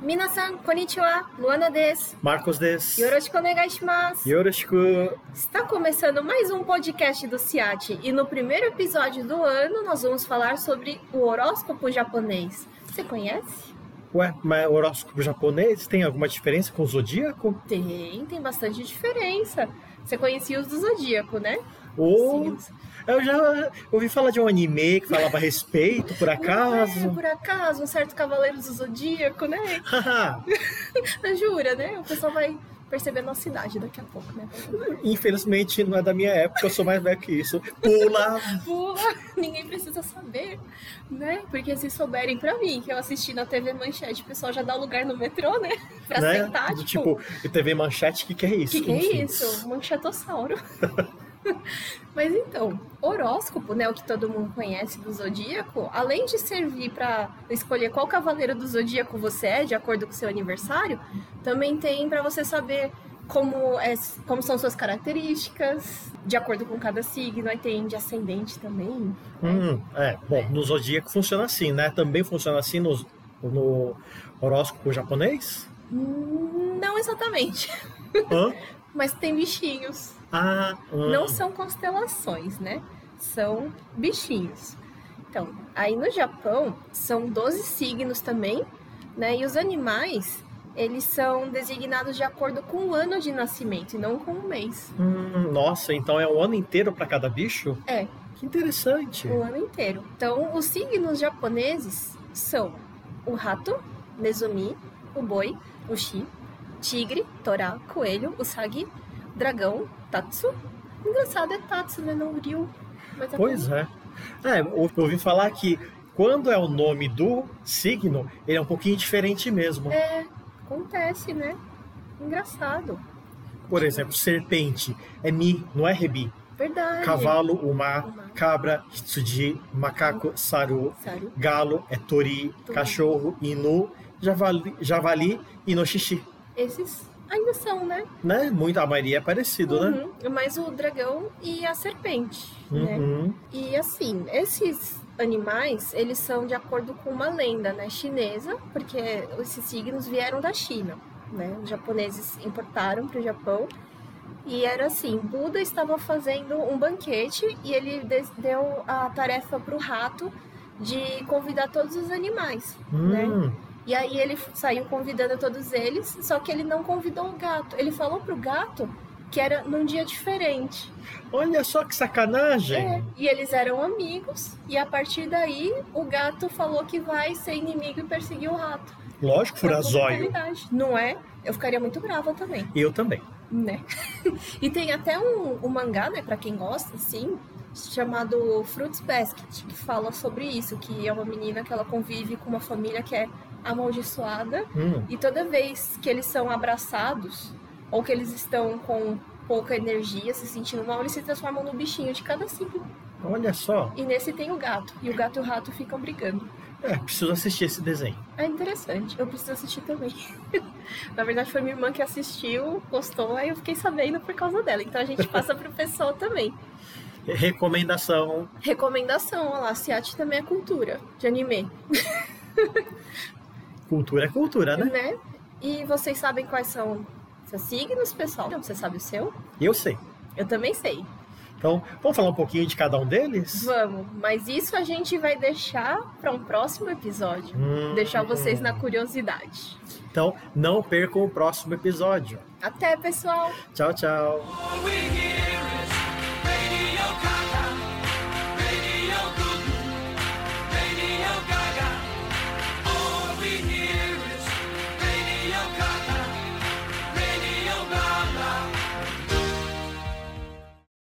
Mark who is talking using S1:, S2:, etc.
S1: 皆さん、こんにちは。Luana des.
S2: Marcos Des.
S1: Yoroshiku onegaishimasu.
S2: Yoroshiku.
S1: Está começando mais um podcast do SIAT e no primeiro episódio do ano nós vamos falar sobre o horóscopo japonês. Você conhece?
S2: Ué, mas horóscopo japonês tem alguma diferença com o zodíaco?
S1: Tem, tem bastante diferença. Você conhecia os do Zodíaco, né?
S2: Ou
S1: Sim.
S2: eu já ouvi falar de um anime que falava a respeito, por
S1: Não é,
S2: acaso?
S1: por acaso, um certo cavaleiro do Zodíaco, né?
S2: Haha.
S1: Jura, né? O pessoal vai perceber a nossa idade daqui a pouco, né?
S2: Infelizmente não é da minha época, eu sou mais velho que isso. Pula!
S1: Pula, ninguém precisa saber, né? Porque se souberem pra mim que eu assisti na TV Manchete, o pessoal já dá lugar no metrô, né? Pra
S2: né?
S1: sentar,
S2: Do
S1: tipo,
S2: tipo, e TV Manchete, o que, que é
S1: o
S2: isso?
S1: que, que
S2: Enfim.
S1: é isso? Manchetossauro. Mas então, horóscopo, né, o que todo mundo conhece do zodíaco, além de servir pra escolher qual cavaleiro do zodíaco você é, de acordo com o seu aniversário, também tem pra você saber como, é, como são suas características, de acordo com cada signo, aí tem de ascendente também,
S2: Hum, é, bom, no zodíaco funciona assim, né? Também funciona assim no, no horóscopo japonês?
S1: Hum, Não exatamente,
S2: Hã?
S1: mas tem bichinhos.
S2: Ah, hum.
S1: Não são constelações, né? São bichinhos. Então, aí no Japão são 12 signos também, né? E os animais, eles são designados de acordo com o ano de nascimento e não com o mês,
S2: Hum, nossa, então é o ano inteiro pra cada bicho?
S1: É.
S2: Que interessante.
S1: o ano inteiro. Então, os signos japoneses são o rato, nezumi, o boi, o shi, tigre, torá, coelho, o sagi, dragão, tatsu. Engraçado é tatsu, né? Não ryu. Mas é
S2: Pois é. É, eu ouvi falar que quando é o nome do signo, ele é um pouquinho diferente mesmo.
S1: É, acontece, né? Engraçado.
S2: Por exemplo, serpente é mi, não é rebi.
S1: Verdade.
S2: Cavalo, uma.
S1: Uma.
S2: Cabra, hitsuji. Macaco, saru.
S1: Sério?
S2: Galo é tori.
S1: Tori.
S2: Cachorro, inu. Javali, javali inoxixi.
S1: Esses ainda são, né?
S2: Né? Muito, a maioria é parecido, né?
S1: Uhum. Mas o dragão e a serpente, né?
S2: Uhum.
S1: E assim, esses animais, eles são de acordo com uma lenda, né, chinesa, porque esses signos vieram da China, né? Os japoneses importaram para o Japão. E era assim, Buda estava fazendo um banquete e ele des- deu a tarefa para o rato de convidar todos os animais. Né?
S2: Hum.
S1: E aí ele f- saiu convidando todos eles, só que ele não convidou o gato. Ele falou pro gato que era num dia diferente.
S2: Olha só que sacanagem.
S1: É, e eles eram amigos, e a partir daí o gato falou que vai ser inimigo e perseguir o rato.
S2: Lógico, furazóio.
S1: Brutalidade, Não é? Eu ficaria muito brava também,
S2: Eu também.
S1: né? e tem até um, um mangá, né, pra quem gosta, assim, chamado Fruits Basket, que fala sobre isso, que é uma menina que ela convive com uma família que é amaldiçoada
S2: Hum.
S1: E toda vez que eles são abraçados, ou que eles estão com pouca energia, se sentindo mal, eles se transformam no bichinho de cada signo.
S2: Olha só.
S1: E nesse tem o gato. E o gato e o rato ficam brigando.
S2: É, preciso assistir esse desenho.
S1: É interessante. Eu preciso assistir também. Na verdade, foi minha irmã que assistiu, gostou, aí eu fiquei sabendo por causa dela. Então a gente passa pro pessoal também.
S2: Recomendação.
S1: Recomendação, olha lá, Ciate também é cultura de anime,
S2: Cultura é cultura, né?
S1: né? E vocês sabem quais são seus signos, pessoal? Então, você sabe o seu?
S2: Eu sei.
S1: Eu também sei.
S2: Então, vamos falar um pouquinho de cada um deles?
S1: Vamos, mas isso a gente vai deixar para um próximo episódio.
S2: Hum.
S1: Deixar vocês na curiosidade.
S2: Então, não percam o próximo episódio.
S1: Até, pessoal!
S2: Tchau, tchau.
S3: all we give.